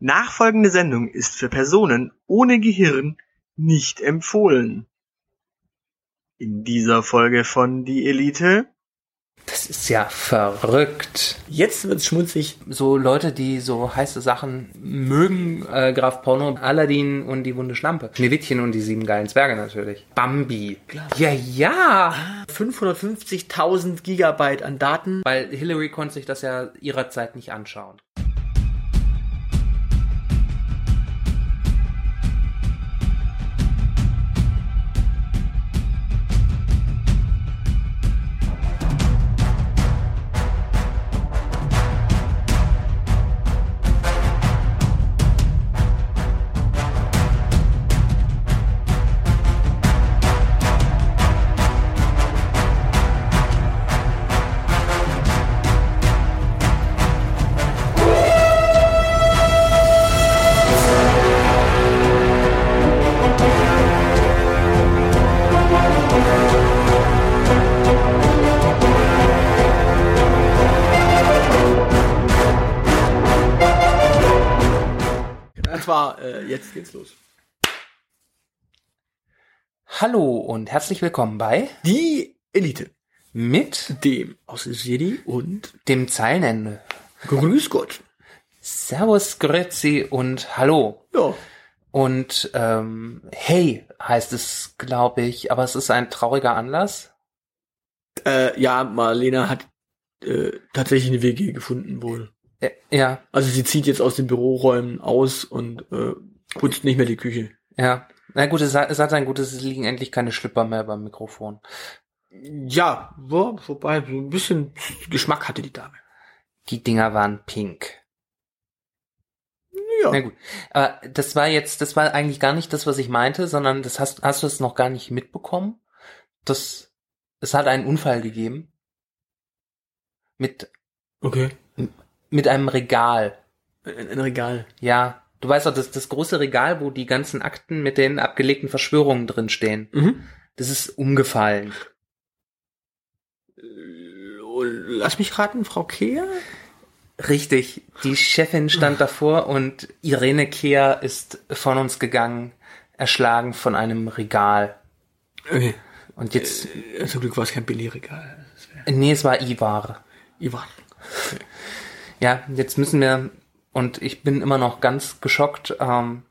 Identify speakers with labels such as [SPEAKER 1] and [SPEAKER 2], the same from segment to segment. [SPEAKER 1] Nachfolgende Sendung ist für Personen ohne Gehirn nicht empfohlen. In dieser Folge von Die Elite
[SPEAKER 2] Das ist ja verrückt.
[SPEAKER 3] Jetzt wird's schmutzig.
[SPEAKER 2] So Leute, die so heiße Sachen mögen, äh, Graf Porno, Aladdin und die wunde Schlampe. Schneewittchen und die sieben geilen Zwerge natürlich. Bambi. Ja, ja.
[SPEAKER 3] 550.000 Gigabyte an Daten.
[SPEAKER 2] Weil Hillary konnte sich das ja ihrer Zeit nicht anschauen.
[SPEAKER 3] Und zwar, äh, jetzt geht's los.
[SPEAKER 2] Hallo und herzlich willkommen bei
[SPEAKER 3] Die Elite.
[SPEAKER 2] mit
[SPEAKER 3] Dem aus Jedi und
[SPEAKER 2] dem Zeilenende.
[SPEAKER 3] Grüß Gott.
[SPEAKER 2] Servus, Grüezi und Hallo.
[SPEAKER 3] Ja.
[SPEAKER 2] Und ähm, hey heißt es, glaube ich, aber es ist ein trauriger Anlass.
[SPEAKER 3] Äh, ja, Marlena hat äh, tatsächlich eine WG gefunden wohl.
[SPEAKER 2] Ä- Ja,
[SPEAKER 3] Also sie zieht jetzt aus den Büroräumen aus und äh, putzt nicht mehr die Küche.
[SPEAKER 2] ja. Na gut, es hat, es hat sein Gutes, es liegen endlich keine Schlipper mehr beim Mikrofon.
[SPEAKER 3] Ja, war vorbei. So ein bisschen Geschmack hatte die Dame.
[SPEAKER 2] Die Dinger waren pink.
[SPEAKER 3] Ja.
[SPEAKER 2] Na gut. Aber das war jetzt, das war eigentlich gar nicht das, was ich meinte, sondern das hast, hast du es noch gar nicht mitbekommen. Das, es hat einen Unfall gegeben. Mit,
[SPEAKER 3] Okay.
[SPEAKER 2] mit einem Regal.
[SPEAKER 3] Ein, ein Regal.
[SPEAKER 2] Ja, du weißt doch, das, das große Regal, wo die ganzen Akten mit den abgelegten Verschwörungen drin stehen,
[SPEAKER 3] Mhm.
[SPEAKER 2] das ist umgefallen.
[SPEAKER 3] Oh, Lass mich raten, Frau Kehr?
[SPEAKER 2] Richtig, die Chefin stand davor und Irene Kehr ist von uns gegangen, erschlagen von einem Regal.
[SPEAKER 3] Okay.
[SPEAKER 2] Und jetzt,
[SPEAKER 3] Äh, Zum Glück war es kein Billigregal. Das wär-
[SPEAKER 2] nee, es war Ivar.
[SPEAKER 3] Ivan.
[SPEAKER 2] Ja, jetzt müssen wir, und ich bin immer noch ganz geschockt, ähm,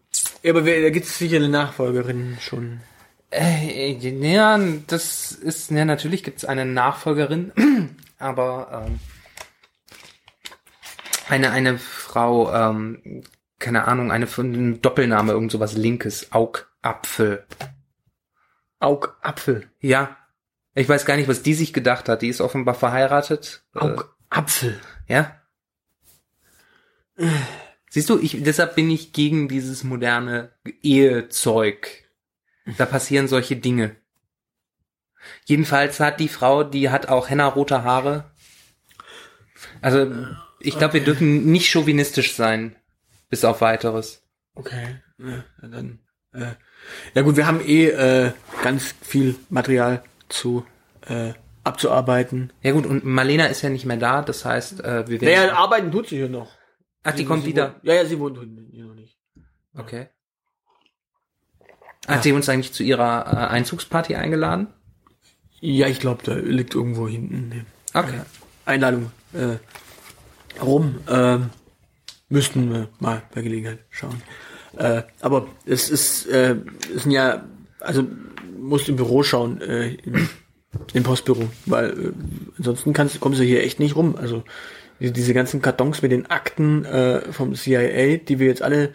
[SPEAKER 3] Ja, aber wer, da gibt es sicher eine Nachfolgerin schon.
[SPEAKER 2] Äh, Ja, das ist, ja, natürlich gibt's eine Nachfolgerin, aber ähm, eine, eine Frau, ähm, keine Ahnung, eine von einem Doppelname, irgend sowas Linkes, Augapfel.
[SPEAKER 3] Augapfel.
[SPEAKER 2] Ja. Ich weiß gar nicht, was die sich gedacht hat. Die ist offenbar verheiratet. Äh,
[SPEAKER 3] Augapfel.
[SPEAKER 2] ja. Siehst du, ich, deshalb bin ich gegen dieses moderne Ehezeug. Da passieren solche Dinge. Jedenfalls hat die Frau, die hat auch henna-rote Haare. Also, ich glaube, wir dürfen nicht chauvinistisch sein. Bis auf weiteres.
[SPEAKER 3] Okay. Ja, na dann. Äh, ja gut, wir haben eh äh, ganz viel Material zu äh, abzuarbeiten.
[SPEAKER 2] Ja gut, und Marlena ist ja nicht mehr da, das heißt, äh, wir werden...
[SPEAKER 3] Naja, arbeiten tut sie hier noch. Also
[SPEAKER 2] Ach, die kommt
[SPEAKER 3] sie
[SPEAKER 2] wieder.
[SPEAKER 3] Wohnt, ja, ja, sie wohnt hier noch nicht.
[SPEAKER 2] Okay. Hat sie uns eigentlich zu ihrer äh, Einzugsparty eingeladen?
[SPEAKER 3] Ja, ich glaube, da liegt irgendwo hinten eine
[SPEAKER 2] Okay.
[SPEAKER 3] Einladung äh, rum. Ähm, müssten wir mal bei Gelegenheit schauen. Äh, aber es ist, äh, es sind ja, also musst im Büro schauen, äh, im, im Postbüro, weil äh, ansonsten kannst, kommst du hier echt nicht rum. Also die, diese ganzen Kartons mit den Akten äh, vom CIA, die wir jetzt alle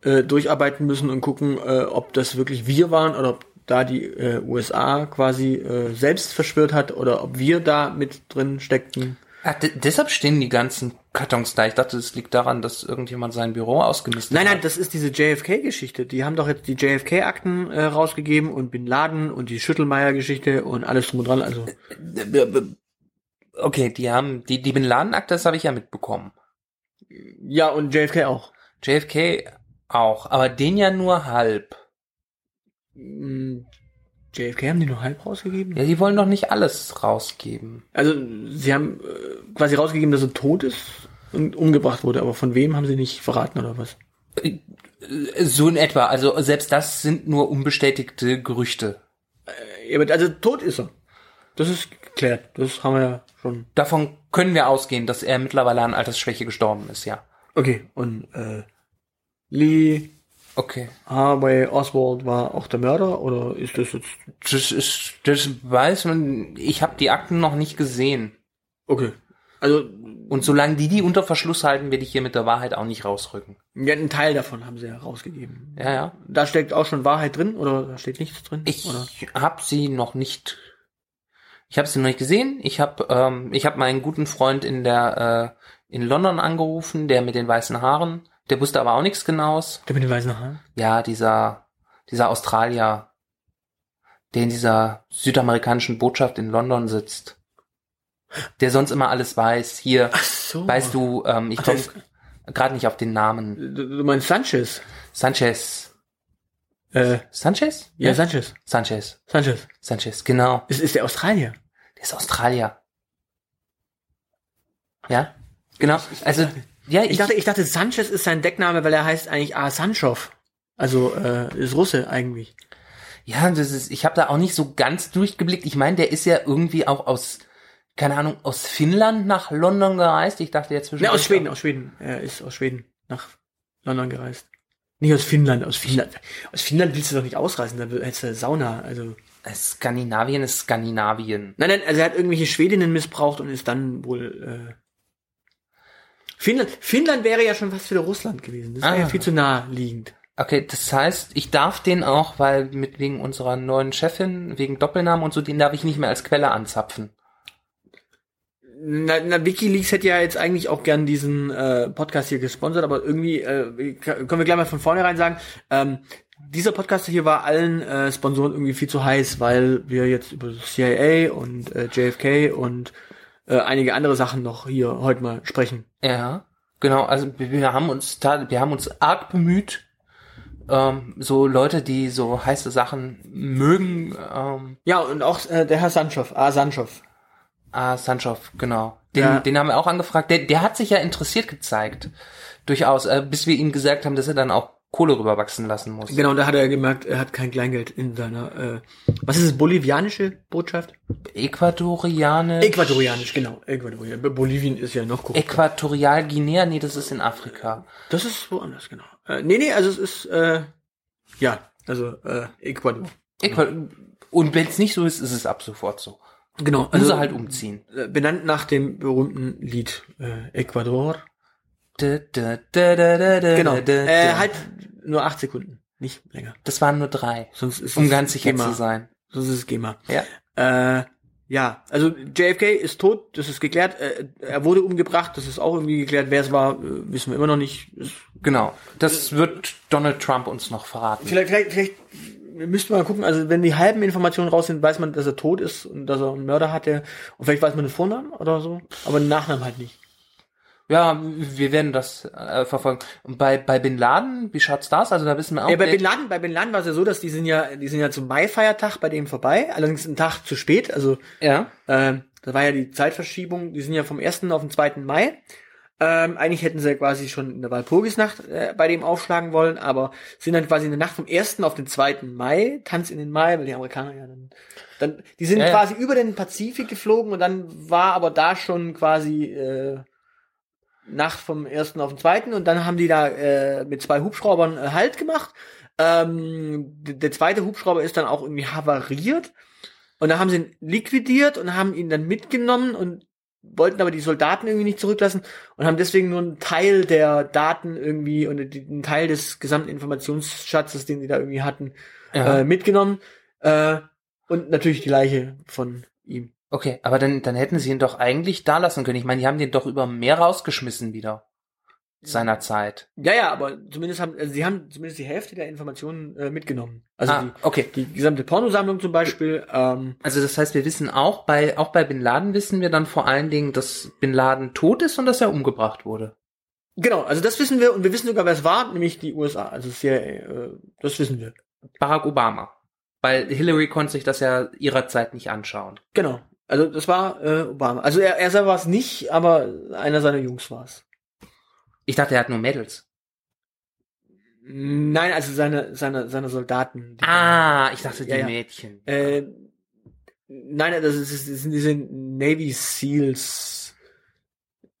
[SPEAKER 3] äh, durcharbeiten müssen und gucken, äh, ob das wirklich wir waren oder ob da die äh, USA quasi äh, selbst verschwört hat oder ob wir da mit drin steckten.
[SPEAKER 2] Ach, Ah, de deshalb stehen die ganzen Kartons da. Ich dachte, das liegt daran, dass irgendjemand sein Büro ausgemistet
[SPEAKER 3] Nein,
[SPEAKER 2] hat.
[SPEAKER 3] nein, das ist diese JFK-Geschichte. Die haben doch jetzt die JFK-Akten äh, rausgegeben und Bin Laden und die Schüttelmeier-Geschichte und alles drum und dran. Also
[SPEAKER 2] Okay, die haben die, die Bin Laden-Akte, das habe ich ja mitbekommen.
[SPEAKER 3] ja und JFK auch.
[SPEAKER 2] JFK auch, aber den ja nur halb.
[SPEAKER 3] Hm, JFK haben die nur halb rausgegeben?
[SPEAKER 2] Ja, die wollen doch nicht alles rausgeben.
[SPEAKER 3] Also sie haben äh, quasi rausgegeben, dass er tot ist und umgebracht wurde. Aber von wem haben sie nicht verraten oder was?
[SPEAKER 2] So in etwa. Also selbst das sind nur unbestätigte Gerüchte.
[SPEAKER 3] Ja, aber also tot ist er. Das ist geklärt. Das haben wir ja schon.
[SPEAKER 2] Davon können wir ausgehen, dass er mittlerweile an Altersschwäche gestorben ist, ja.
[SPEAKER 3] Okay, und äh, Lee
[SPEAKER 2] Okay.
[SPEAKER 3] Harvey Oswald war auch der Mörder oder ist das jetzt.
[SPEAKER 2] Das, ist, das weiß man, ich habe die Akten noch nicht gesehen.
[SPEAKER 3] Okay. Also,
[SPEAKER 2] Und solange die die unter Verschluss halten, werde ich hier mit der Wahrheit auch nicht rausrücken.
[SPEAKER 3] ja, einen Teil davon haben sie ja rausgegeben.
[SPEAKER 2] Ja, ja.
[SPEAKER 3] Da steckt auch schon Wahrheit drin oder da steht nichts drin?
[SPEAKER 2] Ich
[SPEAKER 3] oder?
[SPEAKER 2] habe sie noch nicht. Ich habe sie noch nicht gesehen. Ich habe ähm, ich habe meinen guten Freund in der äh, in London angerufen, der mit den weißen Haaren. Der wusste aber auch nichts Genaues.
[SPEAKER 3] Der mit den weißen Haaren?
[SPEAKER 2] Ja, dieser dieser Australier, der in dieser südamerikanischen Botschaft in London sitzt, der sonst immer alles weiß. Hier,
[SPEAKER 3] Ach so.
[SPEAKER 2] weißt du, ähm, ich
[SPEAKER 3] Ach,
[SPEAKER 2] komme
[SPEAKER 3] das-
[SPEAKER 2] gerade nicht auf den Namen.
[SPEAKER 3] Du, du meinst Sanchez?
[SPEAKER 2] Sanchez.
[SPEAKER 3] Äh,
[SPEAKER 2] Sanchez?
[SPEAKER 3] ja, Sanchez.
[SPEAKER 2] Sanchez.
[SPEAKER 3] Sanchez.
[SPEAKER 2] Sanchez, genau.
[SPEAKER 3] Es ist der Australier.
[SPEAKER 2] Der ist Australier. Ja? Genau. Also, ja,
[SPEAKER 3] Ich dachte, ich dachte, Sanchez ist sein Deckname, weil er heißt eigentlich A. Sanchov. Also, äh, ist Russe eigentlich.
[SPEAKER 2] ja, das ist, ich habe da auch nicht so ganz durchgeblickt. Ich meine, der ist ja irgendwie auch aus, keine Ahnung, aus Finnland nach London gereist. Ich dachte ja zwischen.
[SPEAKER 3] Ne, aus Schweden, aus Schweden. Er ist aus Schweden nach London gereist. Nicht aus Finnland, aus Finnland. Aus Finnland willst du doch nicht ausreisen, dann hättest du Sauna. Also.
[SPEAKER 2] äh, Skandinavien ist Skandinavien.
[SPEAKER 3] Nein, nein, also er hat irgendwelche Schwedinnen missbraucht und ist dann wohl. Äh, Finnland. Finnland wäre ja schon fast wieder Russland gewesen. Das wäre ja
[SPEAKER 2] Ah.
[SPEAKER 3] viel zu naheliegend.
[SPEAKER 2] Okay, das heißt, ich darf den auch, weil mit wegen unserer neuen Chefin, wegen Doppelnamen und so, den darf ich nicht mehr als Quelle anzapfen.
[SPEAKER 3] Na, na, WikiLeaks hätte ja jetzt eigentlich auch gern diesen äh, Podcast hier gesponsert, aber irgendwie äh, können wir gleich mal von vornherein sagen, ähm, dieser Podcast hier war allen äh, Sponsoren irgendwie viel zu heiß, weil wir jetzt über das CIA und äh, JFK und äh, einige andere Sachen noch hier heute mal sprechen.
[SPEAKER 2] Ja, genau. Also wir- wir haben uns da, wir haben uns arg bemüht, ähm, so Leute, die so heiße Sachen mögen. Ähm,
[SPEAKER 3] Ja, und auch äh, der Herr Sanchow, ah, Sanchow.
[SPEAKER 2] ah, Sanchow, genau. Den,
[SPEAKER 3] Ja.
[SPEAKER 2] den haben wir auch angefragt. Der, der hat sich ja interessiert gezeigt, durchaus, äh, bis wir ihm gesagt haben, dass er dann auch Kohle rüberwachsen lassen muss.
[SPEAKER 3] Genau, da hat er gemerkt, er hat kein Kleingeld in seiner, äh, was ist es, bolivianische Botschaft?
[SPEAKER 2] Äquatorianisch.
[SPEAKER 3] Äquatorianisch, genau, Äquatorianisch. Bolivien ist ja noch korrupt.
[SPEAKER 2] Äquatorial Guinea, nee, das ist in Afrika.
[SPEAKER 3] Das ist woanders, genau. Äh, nee, nee, also es ist, äh, ja, also äh, Ecuador.
[SPEAKER 2] Äqua Und wenn es nicht so ist, ist es ab sofort so.
[SPEAKER 3] Genau,
[SPEAKER 2] Muss
[SPEAKER 3] also
[SPEAKER 2] er halt umziehen.
[SPEAKER 3] äh, benannt nach dem berühmten Lied äh, Ecuador. Genau,
[SPEAKER 2] Genau.
[SPEAKER 3] äh, halt nur acht Sekunden, nicht länger.
[SPEAKER 2] Das waren nur drei.
[SPEAKER 3] Sonst ist
[SPEAKER 2] Um
[SPEAKER 3] es
[SPEAKER 2] ganz sicher
[SPEAKER 3] GEMA.
[SPEAKER 2] zu sein.
[SPEAKER 3] Sonst ist es GEMA.
[SPEAKER 2] Ja.
[SPEAKER 3] Äh, ja, also JFK ist tot, das ist geklärt. Äh, er wurde umgebracht, das ist auch irgendwie geklärt. Wer es war, äh, wissen wir immer noch nicht. Ist
[SPEAKER 2] Genau. Das wird Donald Trump uns noch verraten.
[SPEAKER 3] Vielleicht, vielleicht, vielleicht müsste man gucken, also wenn die halben Informationen raus sind, weiß man, dass er tot ist und dass er einen Mörder hatte. Und vielleicht weiß man den Vornamen oder so, aber den Nachnamen halt nicht.
[SPEAKER 2] Ja, wir werden das äh, verfolgen. Und bei, bei Bin Laden, wie schaut's das? Also da wissen wir auch.
[SPEAKER 3] Ja, bei
[SPEAKER 2] der-
[SPEAKER 3] Bin Laden, bei Bin Laden war es ja so, dass die sind ja, die sind ja zum Maifeiertag bei dem vorbei, allerdings einen Tag zu spät. Also
[SPEAKER 2] ja.
[SPEAKER 3] ähm, da war ja die Zeitverschiebung, die sind ja vom 1. auf den 2. Mai. Ähm, eigentlich hätten sie ja quasi schon in der Walpurgisnacht äh, bei dem aufschlagen wollen, aber sind dann quasi in der Nacht vom 1. auf den 2. Mai, Tanz in den Mai, weil die Amerikaner ja dann, dann die sind
[SPEAKER 2] Ja, ja.
[SPEAKER 3] quasi über den Pazifik geflogen und dann war aber da schon quasi äh, Nacht vom 1. auf den 2. und dann haben die da äh, mit zwei Hubschraubern äh, Halt gemacht. Ähm, d- der zweite Hubschrauber ist dann auch irgendwie havariert und dann haben sie ihn liquidiert und haben ihn dann mitgenommen und wollten aber die Soldaten irgendwie nicht zurücklassen und haben deswegen nur einen Teil der Daten irgendwie und die- einen Teil des gesamten Informationsschatzes, den sie da irgendwie hatten,
[SPEAKER 2] ja. Ähm,
[SPEAKER 3] äh, mitgenommen. Äh, und natürlich die Leiche von ihm.
[SPEAKER 2] okay, aber dann, dann hätten sie ihn doch eigentlich da lassen können. Ich meine, die haben den doch über mehr rausgeschmissen wieder. Seiner Zeit.
[SPEAKER 3] Ja, ja, aber zumindest haben, also sie haben zumindest die Hälfte der Informationen äh, mitgenommen. Also
[SPEAKER 2] ah, okay.
[SPEAKER 3] die, die gesamte Pornosammlung zum Beispiel. Ähm,
[SPEAKER 2] Also das heißt, wir wissen auch bei, auch bei Bin Laden wissen wir dann vor allen Dingen, dass Bin Laden tot ist und dass er umgebracht wurde.
[SPEAKER 3] genau, also das wissen wir und wir wissen sogar, wer es war, nämlich die USA. Also sehr, äh, das wissen wir.
[SPEAKER 2] Barack Obama. Weil Hillary konnte sich das ja ihrer Zeit nicht anschauen.
[SPEAKER 3] Genau. Also das war äh, Obama. Also er, er selber war es nicht, aber einer seiner Jungs war es.
[SPEAKER 2] Ich dachte, er hat nur Mädels.
[SPEAKER 3] Nein, also seine, seine, seine Soldaten. die-
[SPEAKER 2] Ah, ich dachte, die
[SPEAKER 3] Ja, ja.
[SPEAKER 2] Mädchen.
[SPEAKER 3] Äh, nein, das, ist, das sind diese Navy Seals.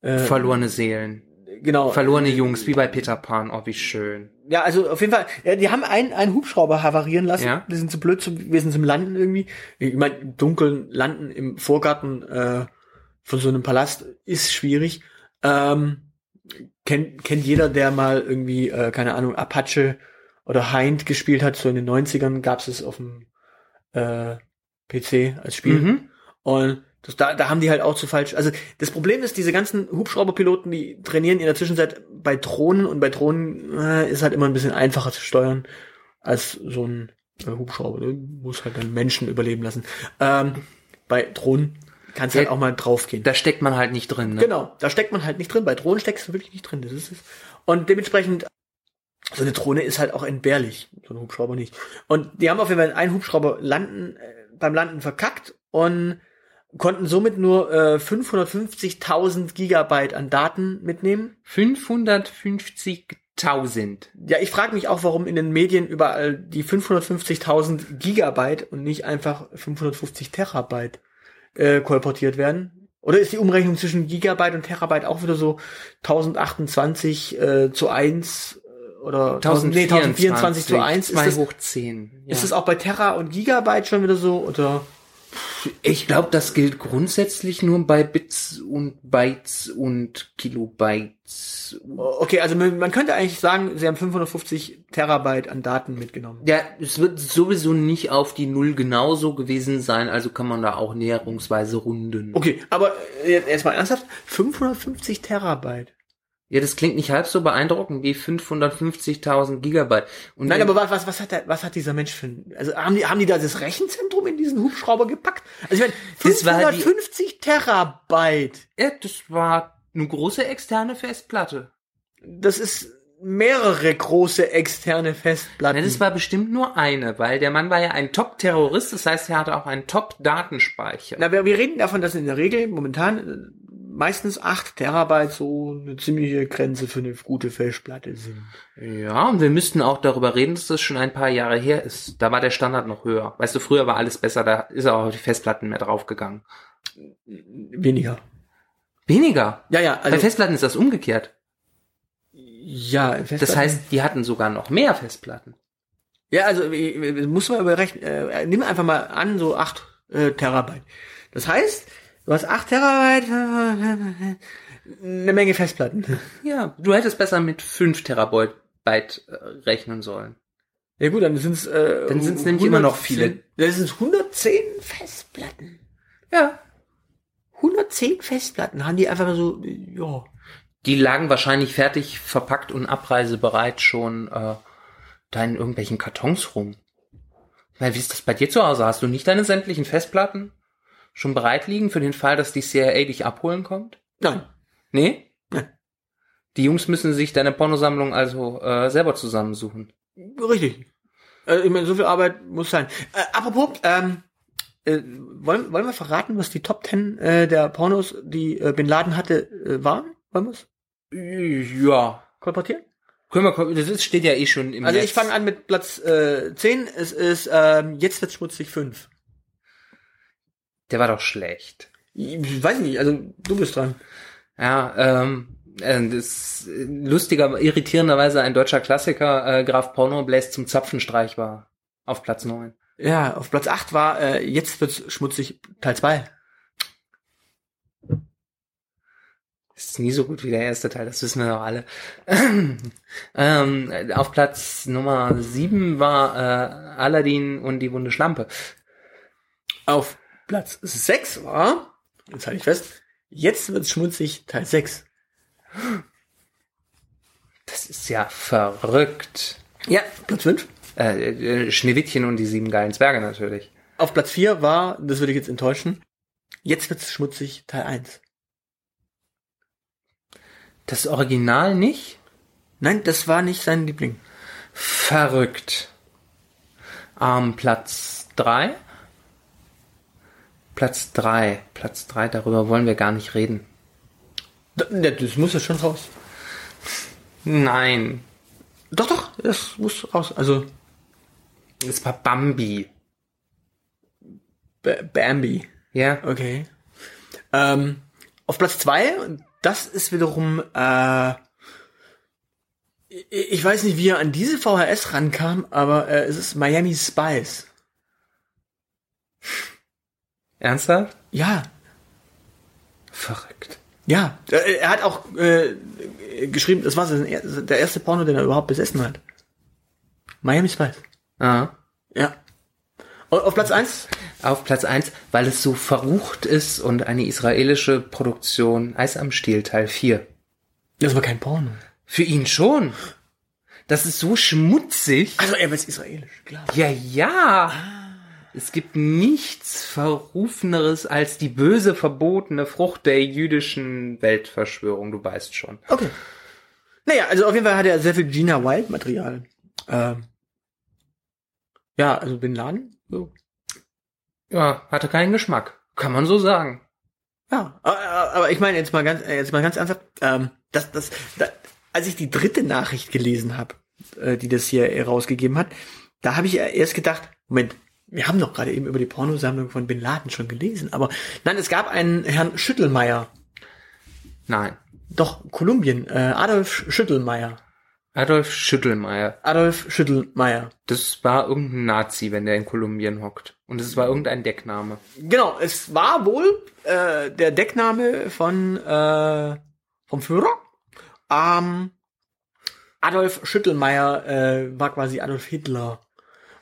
[SPEAKER 3] Äh,
[SPEAKER 2] Verlorene Seelen.
[SPEAKER 3] Genau.
[SPEAKER 2] Verlorene Jungs, wie bei Peter Pan. Oh, wie schön.
[SPEAKER 3] Ja, also auf jeden Fall, ja, die haben einen, einen Hubschrauber havarieren lassen.
[SPEAKER 2] Ja.
[SPEAKER 3] Die sind zu blöd zum, gewesen zum Landen irgendwie. Ich meine, im Dunkeln landen im Vorgarten äh, von so einem Palast ist schwierig. Ähm, kennt, kennt jeder, der mal irgendwie, äh, keine Ahnung, Apache oder Hind gespielt hat, so in den 90ern gab's es auf dem äh, PC als Spiel.
[SPEAKER 2] Mhm.
[SPEAKER 3] Und das, da, da haben die halt auch zu falsch. Also das Problem ist, diese ganzen Hubschrauberpiloten, die trainieren in der Zwischenzeit bei Drohnen und bei Drohnen äh, ist halt immer ein bisschen einfacher zu steuern als so ein äh, Hubschrauber. Du musst halt dann Menschen überleben lassen. Ähm, bei Drohnen kannst du halt
[SPEAKER 2] Ja.
[SPEAKER 3] auch mal draufgehen.
[SPEAKER 2] Da steckt man halt nicht drin. Ne?
[SPEAKER 3] Genau, da steckt man halt nicht drin. Bei Drohnen steckst du wirklich nicht drin. Das ist es. Und dementsprechend, so eine Drohne ist halt auch entbehrlich. So ein Hubschrauber nicht. Und die haben auf jeden Fall einen Hubschrauber landen, äh, beim Landen verkackt und konnten somit nur äh, 550.000 Gigabyte an Daten mitnehmen.
[SPEAKER 2] 550.000.
[SPEAKER 3] Ja, ich frage mich auch, warum in den Medien überall die 550.000 Gigabyte und nicht einfach 550 Terabyte äh, kolportiert werden. Oder ist die Umrechnung zwischen Gigabyte und Terabyte auch wieder so 1028 äh, zu 1 oder 1000, nee, 1024 zu 1? Ist
[SPEAKER 2] 2
[SPEAKER 3] das,
[SPEAKER 2] hoch 10.
[SPEAKER 3] ist das auch bei Terra und Gigabyte schon wieder so? Oder
[SPEAKER 2] ich glaube, das gilt grundsätzlich nur bei Bits und Bytes und Kilobytes.
[SPEAKER 3] okay, also man, man könnte eigentlich sagen, sie haben 550 Terabyte an Daten mitgenommen.
[SPEAKER 2] Ja, es wird sowieso nicht auf die Null genauso gewesen sein, also kann man da auch näherungsweise runden.
[SPEAKER 3] Okay, aber äh, jetzt erstmal ernsthaft, 550 Terabyte.
[SPEAKER 2] Ja, das klingt nicht halb so beeindruckend wie 550.000 Gigabyte. Und
[SPEAKER 3] Nein,
[SPEAKER 2] wenn-
[SPEAKER 3] aber was, was, was, hat der, was hat dieser Mensch für ein, also haben die, haben die da das Rechenzentrum in diesen Hubschrauber gepackt? Also ich meine,
[SPEAKER 2] Das war die-
[SPEAKER 3] 550 Terabyte,
[SPEAKER 2] ja, das war eine große externe Festplatte.
[SPEAKER 3] das ist mehrere große externe Festplatten.
[SPEAKER 2] Nein, das war bestimmt nur eine, weil der Mann war ja ein Top-Terrorist, das heißt, er hatte auch einen Top-Datenspeicher.
[SPEAKER 3] Na, wir, wir reden davon, dass in der Regel momentan äh, meistens 8 Terabyte so eine ziemliche Grenze für eine gute Festplatte sind.
[SPEAKER 2] Ja, und wir müssten auch darüber reden, dass das schon ein paar Jahre her ist. Da war der Standard noch höher. Weißt du, früher war alles besser, da ist auch auf die Festplatten mehr draufgegangen.
[SPEAKER 3] Weniger.
[SPEAKER 2] Weniger.
[SPEAKER 3] Ja, ja,
[SPEAKER 2] Bei
[SPEAKER 3] also,
[SPEAKER 2] Festplatten ist das umgekehrt.
[SPEAKER 3] ja, Festplatten.
[SPEAKER 2] Das heißt, die hatten sogar noch mehr Festplatten.
[SPEAKER 3] Ja, also ich- ich- muss man überrechnen. Äh, nimm einfach mal an, so 8 äh, Terabyte. Das heißt, du hast 8 Terabyte, äh, eine Menge Festplatten.
[SPEAKER 2] Ja, du hättest besser mit 5 Terabyte äh, rechnen sollen.
[SPEAKER 3] Ja gut, dann sind's äh,
[SPEAKER 2] Dann sind's nämlich immer noch
[SPEAKER 3] 110 Dann sind's 110 Festplatten.
[SPEAKER 2] Ja.
[SPEAKER 3] 110 Festplatten haben die einfach mal so, äh, ja.
[SPEAKER 2] Die lagen wahrscheinlich fertig verpackt und abreisebereit schon äh, da in irgendwelchen Kartons rum. Na, wie ist das bei dir zu Hause? Hast du nicht deine sämtlichen Festplatten schon bereit liegen für den Fall, dass die CIA dich abholen kommt?
[SPEAKER 3] Nein.
[SPEAKER 2] Nee?
[SPEAKER 3] Nein.
[SPEAKER 2] Die Jungs müssen sich deine Pornosammlung also äh, selber zusammensuchen.
[SPEAKER 3] Richtig. Äh, ich meine, so viel Arbeit muss sein. Äh, apropos, ähm, äh, wollen, wollen wir verraten, was die Top 10 äh, der Pornos, die äh, Bin Laden hatte, äh, waren? Wollen wir's
[SPEAKER 2] Ja.
[SPEAKER 3] kolportieren?
[SPEAKER 2] Können wir, ko- das ist, steht ja eh schon im
[SPEAKER 3] Also
[SPEAKER 2] Netz.
[SPEAKER 3] ich fange an mit Platz äh, 10. Es ist ähm, jetzt wird schmutzig 5.
[SPEAKER 2] Der war doch schlecht.
[SPEAKER 3] Ich weiß nicht, also du bist dran.
[SPEAKER 2] Ja, ähm, äh, das ist äh, lustiger, irritierenderweise ein deutscher Klassiker, äh, Graf Porno bläst zum Zapfenstreich war. Auf Platz 9.
[SPEAKER 3] Ja, auf Platz 8 war äh, jetzt wird's schmutzig Teil 2.
[SPEAKER 2] Ist nie so gut wie der erste Teil, das wissen wir doch alle. ähm, äh, auf Platz Nummer 7 war äh, Aladdin und die wunde Schlampe.
[SPEAKER 3] Auf Platz 6 war, jetzt halte ich fest, jetzt wird's schmutzig Teil 6.
[SPEAKER 2] Das ist ja verrückt.
[SPEAKER 3] Ja, Platz 5.
[SPEAKER 2] Äh, äh, Schneewittchen und die sieben geilen Zwerge natürlich.
[SPEAKER 3] Auf Platz 4 war, das würde ich jetzt enttäuschen, jetzt wird's schmutzig Teil 1.
[SPEAKER 2] Das Original nicht?
[SPEAKER 3] Nein, das war nicht sein Liebling.
[SPEAKER 2] Verrückt. Am Platz drei. Platz drei, Platz drei. darüber wollen wir gar nicht reden.
[SPEAKER 3] Das, das muss ja schon raus.
[SPEAKER 2] Nein.
[SPEAKER 3] Doch, doch, das muss raus. Also
[SPEAKER 2] Es war Bambi.
[SPEAKER 3] B Bambi.
[SPEAKER 2] Ja.
[SPEAKER 3] Okay. Ähm, auf Platz zwei, das ist wiederum, äh, ich- ich weiß nicht, wie er an diese VHS rankam, aber äh, es ist Miami Spice.
[SPEAKER 2] Ernsthaft?
[SPEAKER 3] Ja,
[SPEAKER 2] Verrückt.
[SPEAKER 3] ja. Äh, Er hat auch äh, geschrieben, das war sein er- der erste Porno, den er überhaupt besessen hat. Miami Spice.
[SPEAKER 2] Ah.
[SPEAKER 3] Ja. Und auf Platz eins?
[SPEAKER 2] Auf Platz eins, weil es so verrucht ist und eine israelische Produktion Eis am Stiel Teil 4.
[SPEAKER 3] Das war kein Porno.
[SPEAKER 2] Für ihn schon. Das ist so schmutzig.
[SPEAKER 3] Also er ist israelisch, klar.
[SPEAKER 2] Ja, ja.
[SPEAKER 3] Ah.
[SPEAKER 2] Es gibt nichts Verrufeneres als die böse verbotene Frucht der jüdischen Weltverschwörung, du weißt schon.
[SPEAKER 3] Okay. Naja, also auf jeden Fall hat er sehr viel Gina Wild Material. Ähm, ja, also Bin Laden. So.
[SPEAKER 2] Ja, hatte keinen Geschmack. Kann man so sagen.
[SPEAKER 3] Ja, aber, aber ich meine jetzt mal ganz, äh, jetzt mal ganz ernsthaft, ähm, das, das, da- als ich die dritte Nachricht gelesen habe, äh, die das hier äh, rausgegeben hat, da habe ich äh, erst gedacht, Moment, wir haben doch gerade eben über die Pornosammlung von Bin Laden schon gelesen, aber nein, es gab einen Herrn Schüttelmeier,
[SPEAKER 2] Nein.
[SPEAKER 3] doch Kolumbien, äh, Adolf Schüttelmeier,
[SPEAKER 2] Adolf Schüttelmeier.
[SPEAKER 3] Adolf Schüttelmeier.
[SPEAKER 2] Das war irgendein Nazi, wenn der in Kolumbien hockt. Und es war irgendein Deckname.
[SPEAKER 3] Genau, es war wohl äh, der Deckname von äh, vom Führer. Ähm, Adolf Schüttelmeier äh, war quasi Adolf Hitler.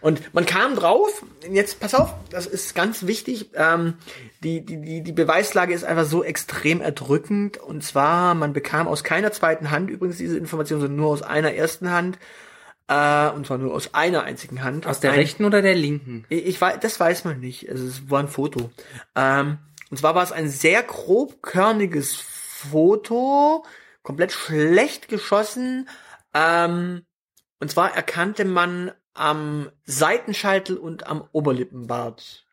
[SPEAKER 3] Und man kam drauf, jetzt pass auf, das ist ganz wichtig, ähm, die, die, die, die Beweislage ist einfach so extrem erdrückend. Und zwar, man bekam aus keiner zweiten Hand übrigens diese Information, sondern nur aus einer ersten Hand. Äh, und zwar nur aus einer einzigen Hand.
[SPEAKER 2] Aus der
[SPEAKER 3] Ein-
[SPEAKER 2] rechten oder der linken?
[SPEAKER 3] ich, ich weiß, das weiß man nicht. Also es war ein Foto. Ähm, und zwar war es ein sehr grobkörniges Foto, komplett schlecht geschossen. Ähm, und zwar erkannte man am Seitenscheitel und am Oberlippenbart.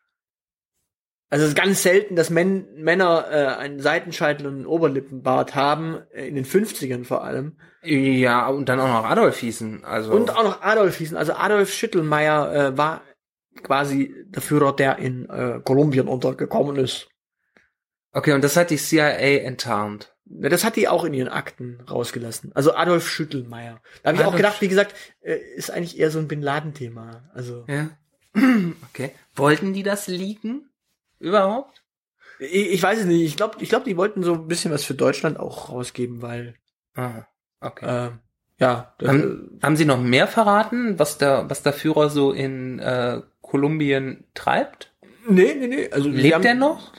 [SPEAKER 3] Also es ist ganz selten, dass Män Männer äh, einen Seitenscheitel und einen Oberlippenbart haben, äh, in den 50ern vor allem.
[SPEAKER 2] Ja, und dann auch noch Adolf hießen. Also
[SPEAKER 3] Und auch noch Adolf hießen. Also Adolf Schüttelmeier äh, war quasi der Führer, der in äh, Kolumbien untergekommen ist.
[SPEAKER 2] okay, und das hat die CIA enttarnt.
[SPEAKER 3] Na, Das hat die auch in ihren Akten rausgelassen. Also Adolf Schüttelmeier. Da habe ich auch
[SPEAKER 2] Adolf
[SPEAKER 3] gedacht, wie gesagt, äh, ist eigentlich eher so ein Bin Laden-Thema. Also
[SPEAKER 2] Ja. Okay. Wollten die das leaken? Überhaupt?
[SPEAKER 3] ich, ich weiß es nicht. Ich glaube, ich glaub, die wollten so ein bisschen was für Deutschland auch rausgeben, weil
[SPEAKER 2] Ah, okay.
[SPEAKER 3] äh, ja, das,
[SPEAKER 2] haben, haben sie noch mehr verraten, was der, was der Führer so in äh, Kolumbien treibt?
[SPEAKER 3] nee, nee, nee. Also die
[SPEAKER 2] Lebt
[SPEAKER 3] haben-
[SPEAKER 2] er noch?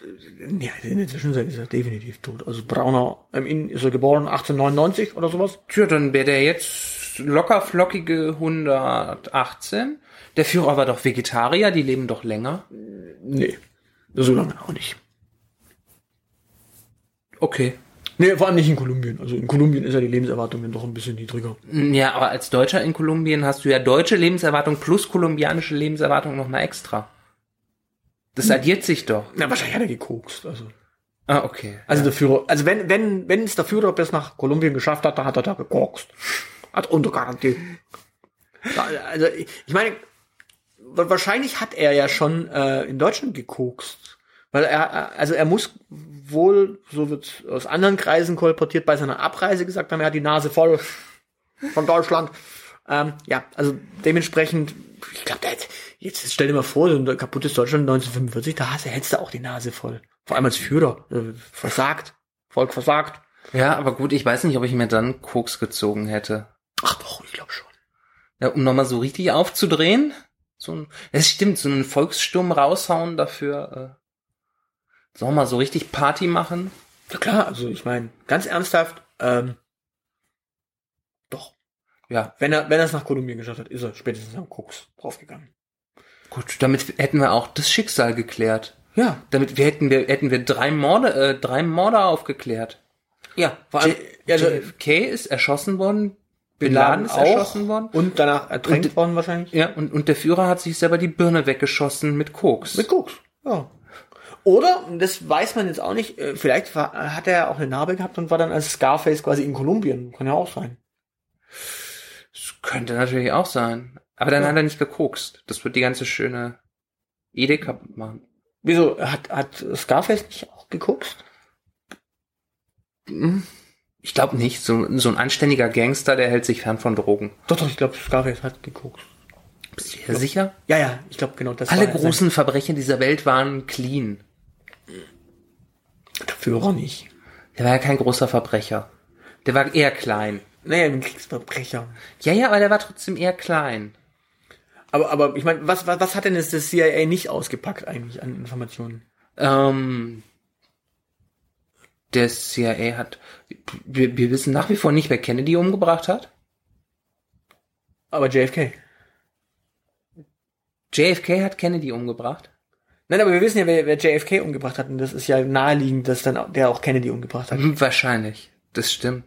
[SPEAKER 3] Ja, in der Zwischenzeit ist er definitiv tot. Also Brauner, ähm, in- ist er geboren 1899 oder sowas.
[SPEAKER 2] Tja, dann wäre der jetzt locker flockige 118. Der Führer war doch Vegetarier, die leben doch länger.
[SPEAKER 3] Nee, so lange auch nicht.
[SPEAKER 2] Okay.
[SPEAKER 3] Nee, vor allem nicht in Kolumbien. Also in Kolumbien ist ja die Lebenserwartung dann doch ein bisschen niedriger.
[SPEAKER 2] Hm, Ja, aber als Deutscher in Kolumbien hast du ja deutsche Lebenserwartung plus kolumbianische Lebenserwartung nochmal extra. Das addiert sich doch.
[SPEAKER 3] Na, wahrscheinlich hat er gekokst. Also,
[SPEAKER 2] Ah, okay.
[SPEAKER 3] also der Führer, also wenn, wenn, wenn es der Führer bis nach Kolumbien geschafft hat, dann hat er da gekokst. Hat unter Garantie. Ja, Also ich ich meine, wa- wahrscheinlich hat er ja schon äh, in Deutschland gekokst. Weil er, also er muss wohl, so wird aus anderen Kreisen kolportiert, bei seiner Abreise gesagt haben, er hat die Nase voll von Deutschland. Ähm, ja, also dementsprechend, ich glaube, jetzt stell dir mal vor, so ein kaputtes Deutschland 1945, da hast, du- hättest du auch die Nase voll. Vor allem als Führer. Äh, versagt. Volk versagt.
[SPEAKER 2] Ja, aber gut, ich weiß nicht, ob ich mir dann Koks gezogen hätte.
[SPEAKER 3] Ach doch, ich glaube schon.
[SPEAKER 2] Ja, um nochmal so richtig aufzudrehen. So ein, es stimmt, so einen Volkssturm raushauen dafür. Äh, soll mal so richtig Party machen.
[SPEAKER 3] Ja klar, also ich meine, ganz ernsthaft, ähm, doch.
[SPEAKER 2] Ja,
[SPEAKER 3] Wenn er, wenn er es nach Kolumbien geschafft hat, ist er spätestens am Koks draufgegangen.
[SPEAKER 2] gut, damit hätten wir auch das Schicksal geklärt.
[SPEAKER 3] Ja,
[SPEAKER 2] Damit wir hätten wir hätten wir drei Morde äh, drei Morde aufgeklärt.
[SPEAKER 3] ja, vor allem,
[SPEAKER 2] J
[SPEAKER 3] ja, also,
[SPEAKER 2] JFK ist erschossen worden, Bin Laden ist
[SPEAKER 3] auch
[SPEAKER 2] erschossen worden.
[SPEAKER 3] und danach ertränkt
[SPEAKER 2] Und-
[SPEAKER 3] worden wahrscheinlich.
[SPEAKER 2] Ja, und, und der Führer hat sich selber die Birne weggeschossen mit Koks.
[SPEAKER 3] Mit Koks, ja. Oder, und das weiß man jetzt auch nicht, äh, vielleicht war, hat er auch eine Narbe gehabt und war dann als Scarface quasi in Kolumbien. Kann ja auch sein.
[SPEAKER 2] Das könnte natürlich auch sein. Aber dann
[SPEAKER 3] Ja.
[SPEAKER 2] hat er nicht gekokst. Das wird die ganze schöne Idee kaputt machen.
[SPEAKER 3] Wieso? Hat, hat Scarface nicht auch geguckt?
[SPEAKER 2] Ich glaube nicht. So, so ein anständiger Gangster, der hält sich fern von Drogen.
[SPEAKER 3] Doch, doch, ich glaube, Scarface hat geguckt.
[SPEAKER 2] Bist du dir sicher?
[SPEAKER 3] Ja, ja, ich glaube, genau das
[SPEAKER 2] Alle
[SPEAKER 3] war
[SPEAKER 2] großen Verbrechen dieser Welt waren clean.
[SPEAKER 3] sein Verführer nicht.
[SPEAKER 2] Der war ja kein großer Verbrecher. Der war eher klein.
[SPEAKER 3] Naja, ein Kriegsverbrecher.
[SPEAKER 2] Ja, ja, aber der war trotzdem eher klein.
[SPEAKER 3] Aber, aber ich meine, was, was, was hat denn das, das CIA nicht ausgepackt eigentlich an Informationen?
[SPEAKER 2] Ähm, der CIA hat. Wir, wir wissen nach wie vor nicht, wer Kennedy umgebracht hat.
[SPEAKER 3] Aber JFK.
[SPEAKER 2] JFK hat Kennedy umgebracht.
[SPEAKER 3] Nein, aber wir wissen ja, wer, wer JFK umgebracht hat. Und das ist ja naheliegend, dass dann auch, der auch Kennedy umgebracht hat.
[SPEAKER 2] Hm, Wahrscheinlich. Das stimmt.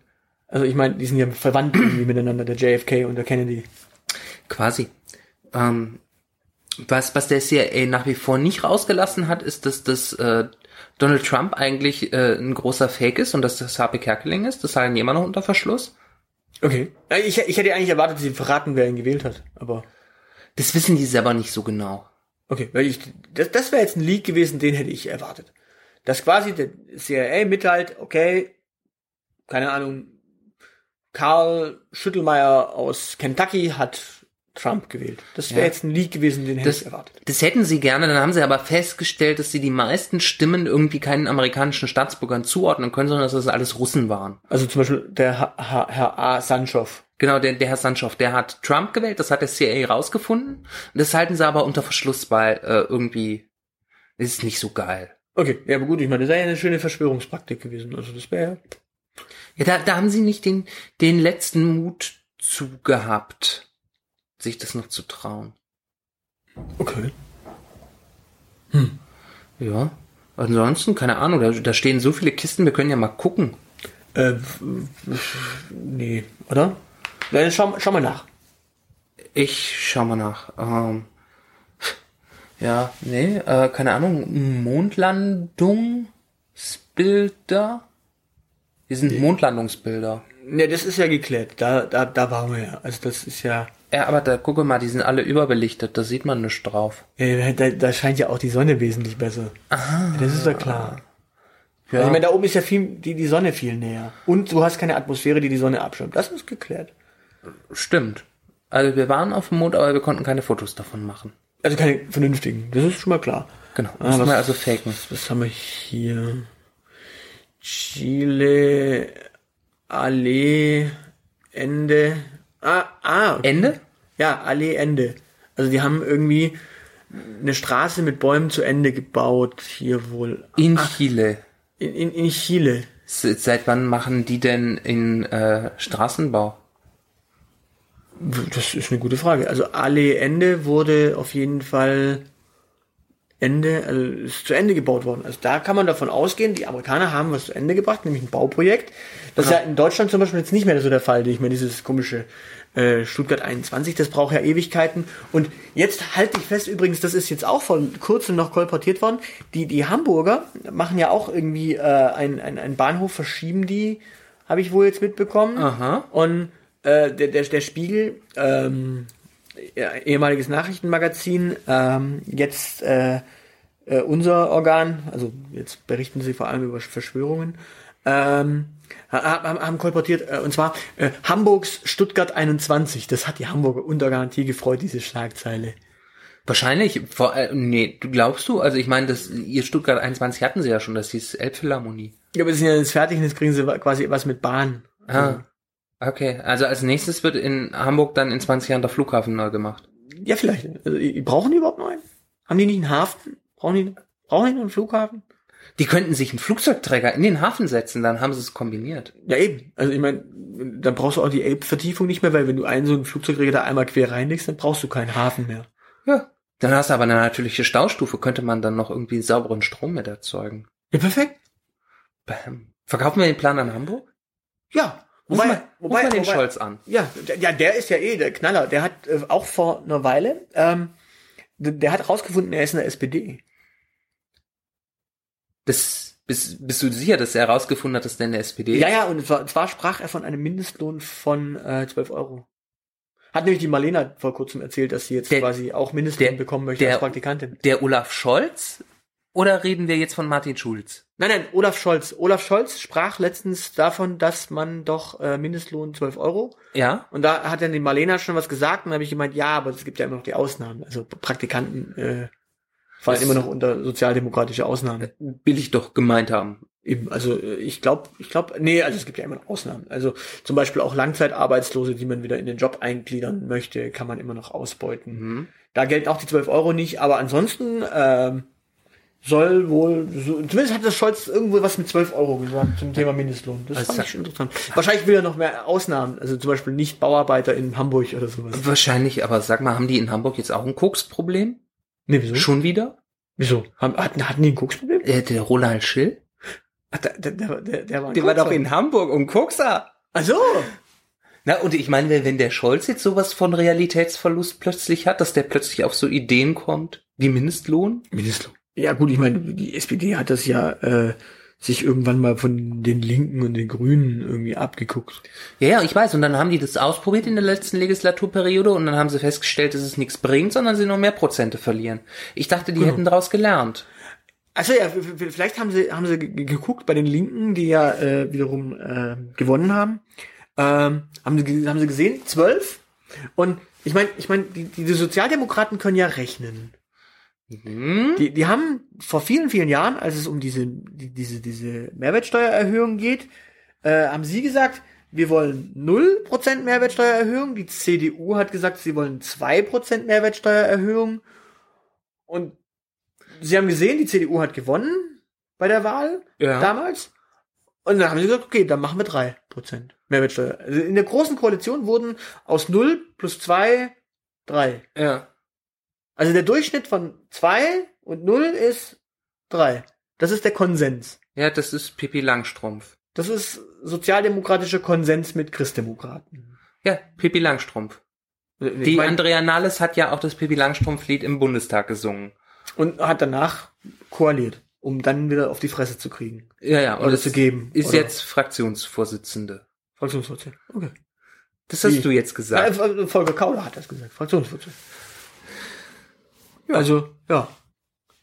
[SPEAKER 3] Also ich meine, die sind ja verwandt irgendwie miteinander, der JFK und der Kennedy.
[SPEAKER 2] Quasi. Ähm, was, was der CIA nach wie vor nicht rausgelassen hat, ist, dass, dass äh, Donald Trump eigentlich äh, ein großer Fake ist und dass das Harpe Kerkeling ist. Das halten die immer noch unter Verschluss.
[SPEAKER 3] Okay. Äh, Ich, ich hätte eigentlich erwartet, dass sie verraten, wer ihn gewählt hat. Aber
[SPEAKER 2] Das wissen die selber nicht so genau.
[SPEAKER 3] okay, weil ich das, das wäre jetzt ein Leak gewesen, den hätte ich erwartet. Dass quasi der CIA mitteilt, okay, keine Ahnung, Karl Schüttelmeier aus Kentucky hat Trump gewählt. Das wäre
[SPEAKER 2] Ja.
[SPEAKER 3] jetzt ein Leak gewesen, den hätte
[SPEAKER 2] Das-
[SPEAKER 3] ich erwartet.
[SPEAKER 2] Das hätten sie gerne, dann haben sie aber festgestellt, dass sie die meisten Stimmen irgendwie keinen amerikanischen Staatsbürgern zuordnen können, sondern dass das alles Russen waren.
[SPEAKER 3] Also zum Beispiel der Herr, Herr, Herr A. Sanchow.
[SPEAKER 2] Genau, der, der Herr Sanchow, der hat Trump gewählt, das hat der CIA rausgefunden. Und das halten sie aber unter Verschluss, weil äh, irgendwie das ist nicht so geil.
[SPEAKER 3] Okay, ja, aber gut, ich meine, das wäre ja eine schöne Verschwörungspraktik gewesen. Also das wäre
[SPEAKER 2] Ja, da, da haben sie nicht den, den letzten Mut zu gehabt, sich das noch zu trauen.
[SPEAKER 3] okay.
[SPEAKER 2] Ja. Ansonsten, keine Ahnung, da, da stehen so viele Kisten, wir können ja mal gucken.
[SPEAKER 3] Äh, f- f- nee, oder? Nein, schau, schau mal nach.
[SPEAKER 2] Ich schau mal nach. Ähm, ja, nee, äh, keine Ahnung. Mondlandungsbilder? Hier sind Mondlandungsbilder.
[SPEAKER 3] Ne, das ist ja geklärt. Da, da, da waren wir ja. Also das ist ja.
[SPEAKER 2] Ja, aber da gucke mal, die sind alle überbelichtet, da sieht man nichts drauf.
[SPEAKER 3] Äh, da, da scheint ja auch die Sonne wesentlich besser. Aha. Das ist ja klar. Also ich meine, da oben ist ja viel, die, die Sonne viel näher. Und du hast keine Atmosphäre, die die Sonne abschirmt. Das ist geklärt.
[SPEAKER 2] Stimmt. Also wir waren auf dem Mond, aber wir konnten keine Fotos davon machen.
[SPEAKER 3] Also keine vernünftigen. Das ist schon mal klar.
[SPEAKER 2] Genau.
[SPEAKER 3] Ah,
[SPEAKER 2] Müssen
[SPEAKER 3] was-
[SPEAKER 2] wir also faken.
[SPEAKER 3] Was haben wir hier? Chile, Allee, Ende. Ah, ah,
[SPEAKER 2] Ende?
[SPEAKER 3] Ja, Allee Ende. Also die haben irgendwie eine Straße mit Bäumen zu Ende gebaut, hier wohl.
[SPEAKER 2] In Chile.
[SPEAKER 3] In, in, in Chile.
[SPEAKER 2] Se- Seit wann machen die denn in äh, Straßenbau?
[SPEAKER 3] Das ist eine gute Frage. Also Allee Ende wurde auf jeden Fall Ende, also ist zu Ende gebaut worden. Also da kann man davon ausgehen, die Amerikaner haben was zu Ende gebracht, nämlich ein Bauprojekt. Das ist ja in Deutschland zum Beispiel jetzt nicht mehr so der Fall. Ich meine, dieses komische äh, Stuttgart 21, das braucht ja Ewigkeiten. Und jetzt halte ich fest, übrigens, das ist jetzt auch vor kurzem noch kolportiert worden, die, die Hamburger machen ja auch irgendwie äh, einen ein Bahnhof, verschieben die, habe ich wohl jetzt mitbekommen.
[SPEAKER 2] Aha.
[SPEAKER 3] Und äh, der, der, der Spiegel, ähm, ja, ehemaliges Nachrichtenmagazin, ähm, jetzt äh, äh, unser Organ, also jetzt berichten sie vor allem über Verschwörungen, ähm, ha- haben, haben kolportiert, äh, und zwar äh, Hamburgs Stuttgart 21. Das hat die Hamburger unter Garantie gefreut, diese Schlagzeile.
[SPEAKER 2] Wahrscheinlich, vor, äh, nee, du glaubst du? Also ich meine, das ihr Stuttgart 21 hatten sie ja schon, das hieß Elbphilharmonie.
[SPEAKER 3] Ich glaube, wir sind ja jetzt fertig und jetzt kriegen sie wa- quasi was mit Bahn.
[SPEAKER 2] Ah. Okay, also als nächstes wird in Hamburg dann in 20 Jahren der Flughafen neu gemacht.
[SPEAKER 3] Ja, vielleicht. Also, i- brauchen die überhaupt noch einen? Haben die nicht einen Hafen? Brauchen die, brauchen die noch einen Flughafen?
[SPEAKER 2] Die könnten sich einen Flugzeugträger in den Hafen setzen, dann haben sie es kombiniert.
[SPEAKER 3] Ja, eben. Also ich meine, dann brauchst du auch die Elbvertiefung nicht mehr, weil wenn du einen so einen Flugzeugträger da einmal quer reinlegst, dann brauchst du keinen Hafen mehr.
[SPEAKER 2] Ja. Dann hast du aber eine natürliche Staustufe, könnte man dann noch irgendwie sauberen Strom mit erzeugen.
[SPEAKER 3] Ja, perfekt.
[SPEAKER 2] Bam. Verkaufen wir den Plan an Hamburg?
[SPEAKER 3] Ja.
[SPEAKER 2] Ruf
[SPEAKER 3] Wobei,
[SPEAKER 2] mal,
[SPEAKER 3] wobei,
[SPEAKER 2] ruf mal den
[SPEAKER 3] wobei,
[SPEAKER 2] Scholz an.
[SPEAKER 3] Ja, der, ja, der ist ja eh der Knaller. Der hat äh, auch vor einer Weile, ähm, der, der hat rausgefunden, er ist in der SPD.
[SPEAKER 2] Das Bist, bist du sicher, dass er herausgefunden hat, dass der in der SPD
[SPEAKER 3] Ja,
[SPEAKER 2] ist?
[SPEAKER 3] ja, und zwar, zwar sprach er von einem Mindestlohn von äh, 12 Euro. Hat nämlich die Marlena vor kurzem erzählt, dass sie jetzt
[SPEAKER 2] Der-
[SPEAKER 3] quasi auch Mindestlohn
[SPEAKER 2] der-
[SPEAKER 3] bekommen möchte
[SPEAKER 2] der-
[SPEAKER 3] als Praktikantin.
[SPEAKER 2] Der Olaf Scholz? Oder reden wir jetzt von Martin Schulz?
[SPEAKER 3] Nein, nein, Olaf Scholz. Olaf Scholz sprach letztens davon, dass man doch äh, Mindestlohn 12 Euro.
[SPEAKER 2] Ja?
[SPEAKER 3] Und da hat dann die Marlena schon was gesagt und da habe ich gemeint, ja, aber es gibt ja immer noch die Ausnahmen. Also Praktikanten äh, fallen
[SPEAKER 2] Das-
[SPEAKER 3] immer noch unter sozialdemokratische Ausnahmen.
[SPEAKER 2] Will ich doch gemeint haben.
[SPEAKER 3] Eben, also äh, ich glaube, ich glaube, nee, also es gibt ja immer noch Ausnahmen. Also zum Beispiel auch Langzeitarbeitslose, die man wieder in den Job eingliedern möchte, kann man immer noch ausbeuten.
[SPEAKER 2] Mhm.
[SPEAKER 3] Da gelten auch die 12 Euro nicht, aber ansonsten ähm, soll wohl, so, zumindest hat das Scholz irgendwo was mit 12 Euro gesagt zum Thema Mindestlohn. Das
[SPEAKER 2] Also-
[SPEAKER 3] fand ich interessant. Wahrscheinlich will er noch mehr Ausnahmen, also zum Beispiel nicht Bauarbeiter in Hamburg oder sowas.
[SPEAKER 2] Wahrscheinlich, aber sag mal, haben die in Hamburg jetzt auch ein Koksproblem?
[SPEAKER 3] Nee, wieso?
[SPEAKER 2] Schon wieder?
[SPEAKER 3] Wieso? Haben, hatten, hatten die ein Koksproblem?
[SPEAKER 2] Äh, der Roland Schill?
[SPEAKER 3] Ach, Der, der, der, der, der war, ein
[SPEAKER 2] Der war doch
[SPEAKER 3] Kokser.
[SPEAKER 2] in Hamburg und Kokser.
[SPEAKER 3] Ach so.
[SPEAKER 2] Na, und ich meine, wenn- wenn der Scholz jetzt sowas von Realitätsverlust plötzlich hat, dass der plötzlich auf so Ideen kommt, wie Mindestlohn?
[SPEAKER 3] Mindestlohn. Ja gut, ich meine, die SPD hat das ja äh, sich irgendwann mal von den Linken und den Grünen irgendwie abgeguckt.
[SPEAKER 2] Ja, ja, ich weiß. Und dann haben die das ausprobiert in der letzten Legislaturperiode und dann haben sie festgestellt, dass es nichts bringt, sondern sie noch mehr Prozente verlieren. Ich dachte, die
[SPEAKER 3] Genau.
[SPEAKER 2] hätten daraus gelernt.
[SPEAKER 3] Also ja, v- v- vielleicht haben sie haben sie ge- geguckt bei den Linken, die ja äh, wiederum äh, gewonnen haben, ähm, haben sie ge- haben sie gesehen zwölf und ich meine ich meine die, die Sozialdemokraten können ja rechnen.
[SPEAKER 2] Hm?
[SPEAKER 3] Die, die haben vor vielen, vielen Jahren, als es um diese, die, diese, diese Mehrwertsteuererhöhung geht, äh, haben sie gesagt, wir wollen 0% Mehrwertsteuererhöhung. Die CDU hat gesagt, sie wollen 2% Mehrwertsteuererhöhung. Und sie haben gesehen, die CDU hat gewonnen bei der Wahl
[SPEAKER 2] Ja.
[SPEAKER 3] damals. Und dann haben sie gesagt, okay, dann machen wir 3% Mehrwertsteuer. Also in der großen Koalition wurden aus 0 plus 2 3.
[SPEAKER 2] ja.
[SPEAKER 3] Also der Durchschnitt von 2 und 0 ist 3. Das ist der Konsens.
[SPEAKER 2] Ja, das ist Pippi Langstrumpf.
[SPEAKER 3] Das ist sozialdemokratischer Konsens mit Christdemokraten.
[SPEAKER 2] Ja, Pippi Langstrumpf. Die
[SPEAKER 3] Ich mein,
[SPEAKER 2] Andrea Nahles hat ja auch das Pippi Langstrumpf-Lied im Bundestag gesungen.
[SPEAKER 3] und hat danach koaliert, um dann wieder auf die Fresse zu kriegen.
[SPEAKER 2] Ja, ja.
[SPEAKER 3] Oder zu geben.
[SPEAKER 2] Ist
[SPEAKER 3] oder
[SPEAKER 2] jetzt Fraktionsvorsitzende.
[SPEAKER 3] Fraktionsvorsitzende. Okay.
[SPEAKER 2] Das hast
[SPEAKER 3] Wie?
[SPEAKER 2] du jetzt
[SPEAKER 3] Ja,
[SPEAKER 2] gesagt.
[SPEAKER 3] äh, Volker Kauler hat das gesagt. Fraktionsvorsitzende. Ja. Also, ja.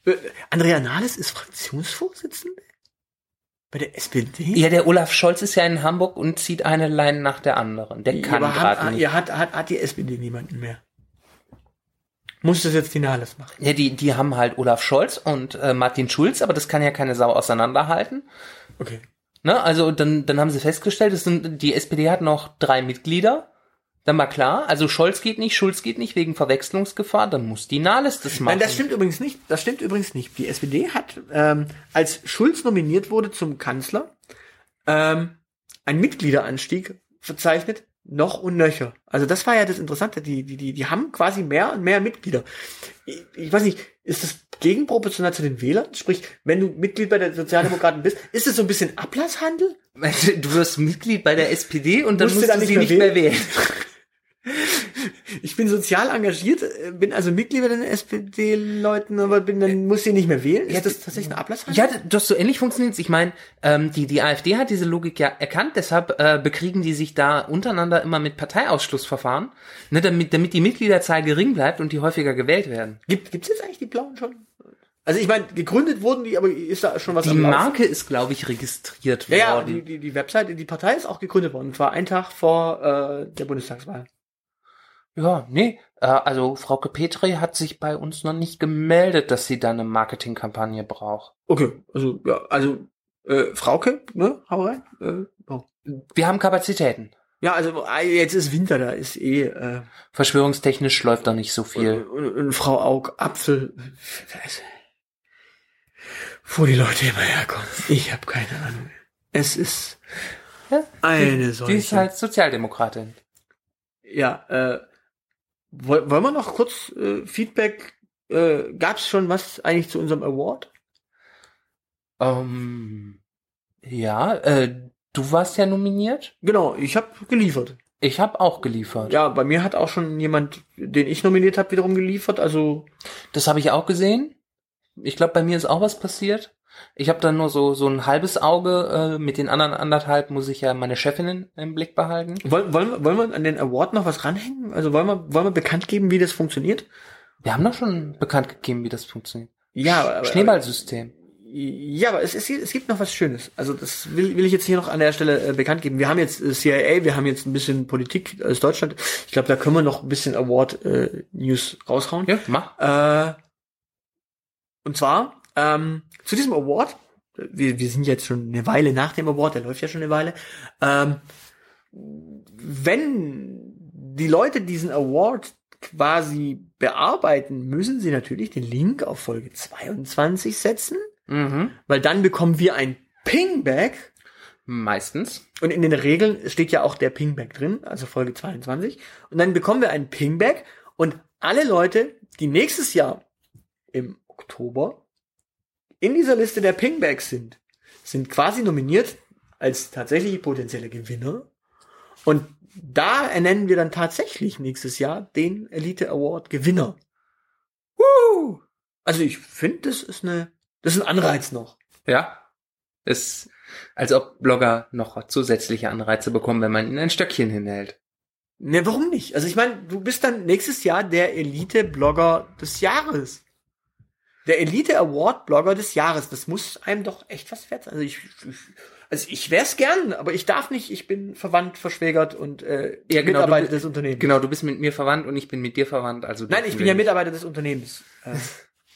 [SPEAKER 3] Äh, Andrea Nahles ist Fraktionsvorsitzende? Bei der SPD?
[SPEAKER 2] Ja, der Olaf Scholz ist ja in Hamburg und zieht eine Leine nach der anderen. Der kann
[SPEAKER 3] aber haben-
[SPEAKER 2] gerade nicht.
[SPEAKER 3] Ja, hat, hat, hat die SPD niemanden mehr. Muss das jetzt die Nahles machen?
[SPEAKER 2] Ja, die, die haben halt Olaf Scholz und äh, Martin Schulz, aber das kann ja keine Sau auseinanderhalten.
[SPEAKER 3] Okay.
[SPEAKER 2] Ne? Also dann, dann haben sie festgestellt, es sind, die SPD hat noch drei Mitglieder. Dann mal klar, also Scholz geht nicht, Schulz geht nicht wegen Verwechslungsgefahr, dann muss die Nahles das machen.
[SPEAKER 3] Nein, das stimmt übrigens nicht. Das stimmt übrigens nicht. Die SPD hat, ähm, als Schulz nominiert wurde zum Kanzler, ähm, einen Mitgliederanstieg verzeichnet, noch und nöcher. Also das war ja das Interessante. Die, die, die, die haben quasi mehr und mehr Mitglieder. Ich, ich weiß nicht, ist das gegenproportional zu den Wählern? Sprich, wenn du Mitglied bei den Sozialdemokraten bist, ist es so ein bisschen Ablasshandel?
[SPEAKER 2] Du wirst Mitglied bei der SPD und dann
[SPEAKER 3] Musst du
[SPEAKER 2] musst,
[SPEAKER 3] dann
[SPEAKER 2] du
[SPEAKER 3] nicht
[SPEAKER 2] sie
[SPEAKER 3] mehr
[SPEAKER 2] nicht mehr wählen.
[SPEAKER 3] Ich bin sozial engagiert, äh, bin also Mitglied bei den SPD-Leuten, aber bin dann muss ich nicht mehr wählen. Ist
[SPEAKER 2] Ja,
[SPEAKER 3] das
[SPEAKER 2] d-
[SPEAKER 3] tatsächlich ein Ablasshandel?
[SPEAKER 2] Ja, d- doch so ähnlich funktioniert's. Ich meine, ähm, die, die AfD hat diese Logik ja erkannt, deshalb äh, bekriegen die sich da untereinander immer mit Parteiausschlussverfahren, ne, damit, damit die Mitgliederzahl gering bleibt und die häufiger gewählt werden.
[SPEAKER 3] Gibt gibt's jetzt eigentlich die Blauen schon? Also ich meine, gegründet wurden die, aber ist da schon was
[SPEAKER 2] Die
[SPEAKER 3] am Laufen?
[SPEAKER 2] Marke ist, glaube ich, registriert
[SPEAKER 3] Ja, ja die,
[SPEAKER 2] worden.
[SPEAKER 3] die, die Webseite, die Partei ist auch gegründet worden. Und zwar einen Tag vor äh, der Bundestagswahl.
[SPEAKER 2] Ja, nee. Äh, also Frauke Petri hat sich bei uns noch nicht gemeldet, dass sie da eine Marketingkampagne braucht.
[SPEAKER 3] Okay, also ja, also äh, Frauke, ne, hau rein. Äh, oh.
[SPEAKER 2] Wir haben Kapazitäten.
[SPEAKER 3] Ja, also äh, jetzt ist Winter, da ist eh äh,
[SPEAKER 2] Verschwörungstechnisch läuft da nicht so
[SPEAKER 3] und,
[SPEAKER 2] viel.
[SPEAKER 3] und, und Frau Aug Apfel. Was? Wo die Leute immer herkommen. Ich habe keine Ahnung. Es ist
[SPEAKER 2] Ja,
[SPEAKER 3] eine
[SPEAKER 2] Die ist
[SPEAKER 3] solche.
[SPEAKER 2] halt Sozialdemokratin.
[SPEAKER 3] Ja, äh, woll- wollen wir noch kurz äh, Feedback? Äh, Gab es schon was eigentlich zu unserem Award?
[SPEAKER 2] Ähm, ja, äh, du warst ja nominiert.
[SPEAKER 3] Genau, ich habe geliefert.
[SPEAKER 2] Ich habe auch geliefert.
[SPEAKER 3] Ja, bei mir hat auch schon jemand, den ich nominiert habe, wiederum geliefert. Also
[SPEAKER 2] Das habe ich auch gesehen. Ich glaube, bei mir ist auch was passiert. Ich habe dann nur so so ein halbes Auge. Äh, mit den anderen anderthalb muss ich ja meine Chefinnen im Blick behalten.
[SPEAKER 3] Wollen, wollen, wir- wollen wir an den Award noch was ranhängen? Also wollen wir, wollen wir bekannt geben, wie das funktioniert?
[SPEAKER 2] Wir haben doch schon bekannt gegeben, wie das funktioniert.
[SPEAKER 3] Ja, aber, äh,
[SPEAKER 2] Schneeballsystem.
[SPEAKER 3] Ja, aber es, es, es gibt noch was Schönes. Also das will, will ich jetzt hier noch an der Stelle äh, bekannt geben. Wir haben jetzt äh, CIA, wir haben jetzt ein bisschen Politik äh, aus Deutschland. Ich glaube, da können wir noch ein bisschen Award-News raushauen.
[SPEAKER 2] Ja, mach.
[SPEAKER 3] Äh, und zwar ähm, zu diesem Award, wir, wir sind jetzt schon eine Weile nach dem Award, der läuft ja schon eine Weile. Ähm, wenn die Leute diesen Award quasi bearbeiten, müssen sie natürlich den Link auf Folge 22 setzen,
[SPEAKER 2] Mhm.
[SPEAKER 3] weil dann bekommen wir ein Pingback.
[SPEAKER 2] Meistens.
[SPEAKER 3] Und in den Regeln steht ja auch der Pingback drin, also Folge 22. Und dann bekommen wir einen Pingback und alle Leute, die nächstes Jahr im Oktober in dieser Liste der Pingbacks sind, sind quasi nominiert als tatsächliche potenzielle Gewinner. Und da ernennen wir dann tatsächlich nächstes Jahr den Elite Award Gewinner. Woo! Also ich finde, das ist eine, das ist ein Anreiz noch.
[SPEAKER 2] Ja. Ist, als ob Blogger noch zusätzliche Anreize bekommen, wenn man ihnen ein Stöckchen hinhält.
[SPEAKER 3] Ne, warum nicht? Also ich meine, du bist dann nächstes Jahr der Elite-Blogger des Jahres. Der Elite-Award-Blogger des Jahres. Das muss einem doch echt was wert sein. Also ich, ich, also ich wär's gern, aber ich darf nicht. Ich bin verwandt, verschwägert und äh,
[SPEAKER 2] Ja, genau,
[SPEAKER 3] Mitarbeiter
[SPEAKER 2] du-
[SPEAKER 3] des Unternehmens.
[SPEAKER 2] Genau, du bist mit mir verwandt und ich bin mit dir verwandt, also.
[SPEAKER 3] Nein, ich bin ja
[SPEAKER 2] mit.
[SPEAKER 3] Mitarbeiter des Unternehmens. Äh,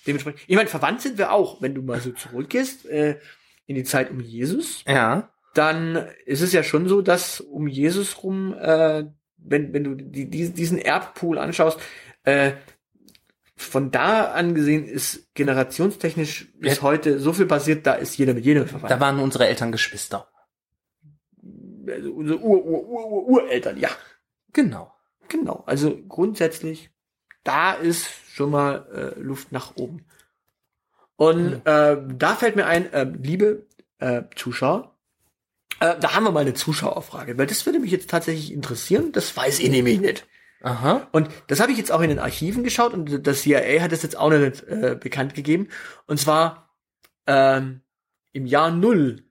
[SPEAKER 3] dementsprechend. Ich meine, verwandt sind wir auch. Wenn du mal so zurückgehst äh, in die Zeit um Jesus,
[SPEAKER 2] Ja.
[SPEAKER 3] dann ist es ja schon so, dass um Jesus rum, äh, wenn, wenn du die, die, diesen Erbpool anschaust, äh, von da an gesehen ist generationstechnisch bis
[SPEAKER 2] Ja.
[SPEAKER 3] heute so viel passiert, da ist jeder mit jedem
[SPEAKER 2] Da
[SPEAKER 3] verwandt.
[SPEAKER 2] waren unsere Eltern Geschwister.
[SPEAKER 3] Also unsere Ur, Ur, Ur, Ur, Ureltern, ja,
[SPEAKER 2] Genau.
[SPEAKER 3] genau. Also grundsätzlich, da ist schon mal äh, Luft nach oben. Und äh, da fällt mir ein, äh, liebe äh, Zuschauer, Äh, da haben wir mal eine Zuschauerfrage, weil das würde mich jetzt tatsächlich interessieren. Das weiß ich nämlich nicht.
[SPEAKER 2] Aha.
[SPEAKER 3] Und das habe ich jetzt auch in den Archiven geschaut und das CIA hat das jetzt auch noch nicht äh, bekannt gegeben. Und zwar ähm, im Jahr Null,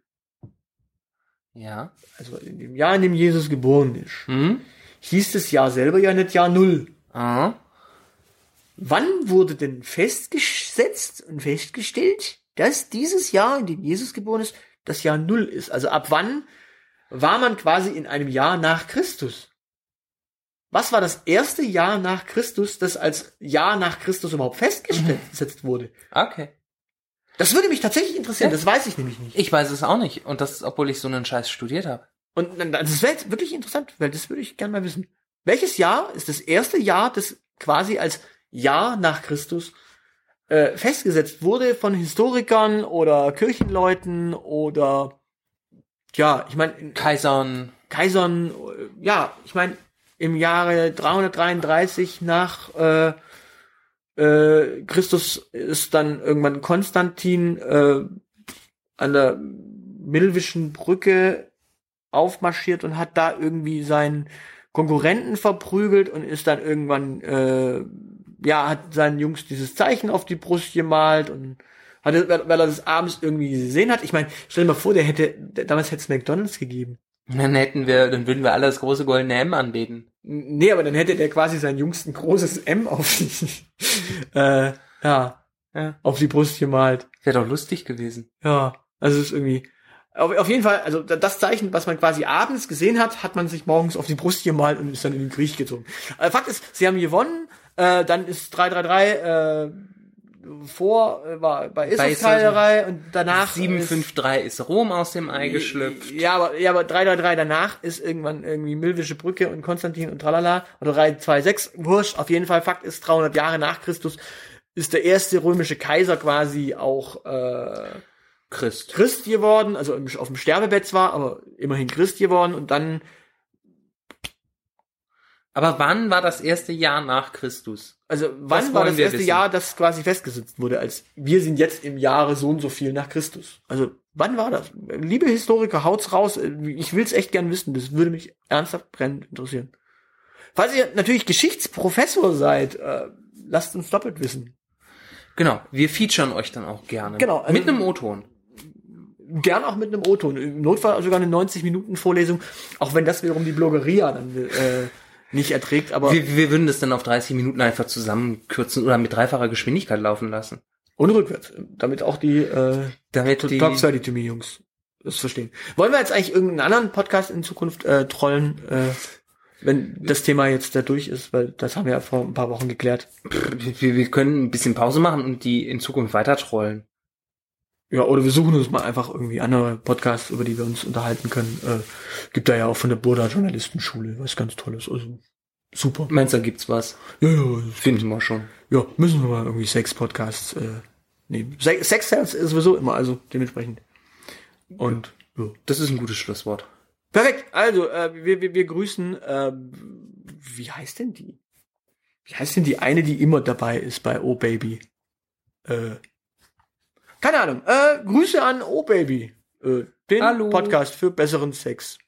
[SPEAKER 2] Ja.
[SPEAKER 3] also in dem Jahr, in dem Jesus geboren ist,
[SPEAKER 2] Hm?
[SPEAKER 3] hieß das Jahr selber ja nicht Jahr Null.
[SPEAKER 2] Aha.
[SPEAKER 3] Wann wurde denn festgesetzt und festgestellt, dass dieses Jahr, in dem Jesus geboren ist, das Jahr Null ist? Also ab wann war man quasi in einem Jahr nach Christus? Was war das erste Jahr nach Christus, das als Jahr nach Christus überhaupt festgesetzt wurde?
[SPEAKER 2] Okay.
[SPEAKER 3] Das würde mich tatsächlich interessieren, das weiß ich nämlich nicht.
[SPEAKER 2] Ich weiß es auch nicht. Und das, obwohl ich so einen Scheiß studiert habe.
[SPEAKER 3] Und dann- das wäre jetzt wirklich interessant, weil das würde ich gerne mal wissen. Welches Jahr ist das erste Jahr, das quasi als Jahr nach Christus äh, festgesetzt wurde von Historikern oder Kirchenleuten oder ja, ich meine
[SPEAKER 2] Kaisern.
[SPEAKER 3] Kaisern, äh, ja, ich meine im Jahre 333 nach äh, äh, Christus ist dann irgendwann Konstantin äh, an der Milwischen Brücke aufmarschiert und hat da irgendwie seinen Konkurrenten verprügelt und ist dann irgendwann, äh, ja, hat seinen Jungs dieses Zeichen auf die Brust gemalt und hat, weil weil er das abends irgendwie gesehen hat. Ich meine, stell dir mal vor, der hätte, damals hätte es McDonalds gegeben.
[SPEAKER 2] Dann hätten wir, dann würden wir alle das große goldene M anbeten.
[SPEAKER 3] N- Nee, aber dann hätte der quasi seinen Jüngsten ein großes M auf die, äh, ja,
[SPEAKER 2] Ja.
[SPEAKER 3] auf die Brust gemalt.
[SPEAKER 2] Wäre doch lustig gewesen.
[SPEAKER 3] Ja, also es ist irgendwie. Auf, auf jeden Fall, also da- das Zeichen, was man quasi abends gesehen hat, hat man sich morgens auf die Brust gemalt und ist dann in den Krieg gezogen. Äh, Fakt ist, sie haben gewonnen, äh, dann ist 333 äh, vor, äh, war bei Issos
[SPEAKER 2] Issos.
[SPEAKER 3] Keilerei und danach.
[SPEAKER 2] 753 ist Rom aus dem Ei geschlüpft.
[SPEAKER 3] Ja, aber, ja, aber 333 danach ist irgendwann irgendwie Milwische Brücke und Konstantin und tralala. Oder 326, wurscht. Auf jeden Fall, Fakt ist, 300 Jahre nach Christus ist der erste römische Kaiser quasi auch äh,
[SPEAKER 2] Christ.
[SPEAKER 3] Christ geworden. Also im, auf dem Sterbebett zwar, aber immerhin Christ geworden. Und dann,
[SPEAKER 2] Aber wann war das erste Jahr nach Christus?
[SPEAKER 3] also wann
[SPEAKER 2] Das
[SPEAKER 3] war
[SPEAKER 2] wollen
[SPEAKER 3] das
[SPEAKER 2] wir
[SPEAKER 3] erste
[SPEAKER 2] wissen.
[SPEAKER 3] Jahr, das quasi festgesetzt wurde, als wir sind jetzt im Jahre so und so viel nach Christus? Also wann war das? Liebe Historiker, haut's raus. Ich will's echt gern wissen. Das würde mich ernsthaft brennend interessieren. Falls ihr natürlich Geschichtsprofessor seid, äh, lasst uns doppelt wissen.
[SPEAKER 2] Genau, wir featuren euch dann auch gerne.
[SPEAKER 3] Genau, also-
[SPEAKER 2] Mit einem O-Ton.
[SPEAKER 3] gern auch mit einem O-Ton. Im Notfall sogar eine 90-Minuten-Vorlesung, auch wenn das wiederum die Blogeria dann äh, nicht erträgt, aber
[SPEAKER 2] Wir, wir würden das dann auf 30 Minuten einfach zusammenkürzen oder mit dreifacher Geschwindigkeit laufen lassen.
[SPEAKER 3] und rückwärts, damit auch die äh,
[SPEAKER 2] Damit die,
[SPEAKER 3] Talk 30 to me, Jungs. Das verstehen. Wollen wir jetzt eigentlich irgendeinen anderen Podcast in Zukunft äh, trollen, äh, wenn das Thema jetzt da durch ist, weil das haben wir ja vor ein paar Wochen geklärt.
[SPEAKER 2] wir, wir können ein bisschen Pause machen und die in Zukunft weiter trollen.
[SPEAKER 3] Ja, oder wir suchen uns mal einfach irgendwie andere Podcasts, über die wir uns unterhalten können. Äh, gibt da ja auch von der Burda Journalistenschule, was ganz Tolles. Also super.
[SPEAKER 2] Meinst du, da gibt's was?
[SPEAKER 3] Ja, ja,
[SPEAKER 2] Finden wir schon.
[SPEAKER 3] ja, müssen wir mal irgendwie Sex-Podcasts äh, nehmen. Se Sex Sales ist sowieso immer, also dementsprechend. Und ja.
[SPEAKER 2] Das ist ein gutes Schlusswort.
[SPEAKER 3] Perfekt, also äh, wir, wir, wir grüßen, äh, wie heißt denn die? Wie heißt denn die eine, die immer dabei ist bei Oh Baby? Äh, keine Ahnung, äh, Grüße an Oh Baby, äh, den
[SPEAKER 2] Hallo.
[SPEAKER 3] Podcast für besseren Sex.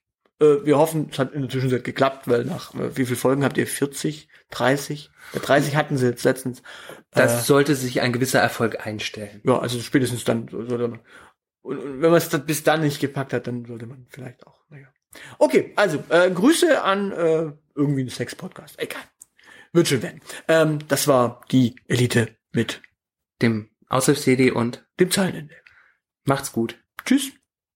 [SPEAKER 3] Äh, wir hoffen, es hat in der Zwischenzeit geklappt, weil nach äh, wie viel Folgen habt ihr? 40, 30? Äh, 30 hatten sie jetzt letztens. Äh,
[SPEAKER 2] Das sollte sich ein gewisser Erfolg einstellen.
[SPEAKER 3] Ja, also spätestens dann sollte man. Und, und wenn man es dann bis dann nicht gepackt hat, dann sollte man vielleicht auch. Naja. Okay, also äh, Grüße an äh, irgendwie einen Sex-Podcast. Egal. Wird schon werden. Ähm, das war die Elite mit
[SPEAKER 2] Dem Aushilfs-CD und
[SPEAKER 3] dem Zeilenende.
[SPEAKER 2] macht's gut.
[SPEAKER 3] Tschüss.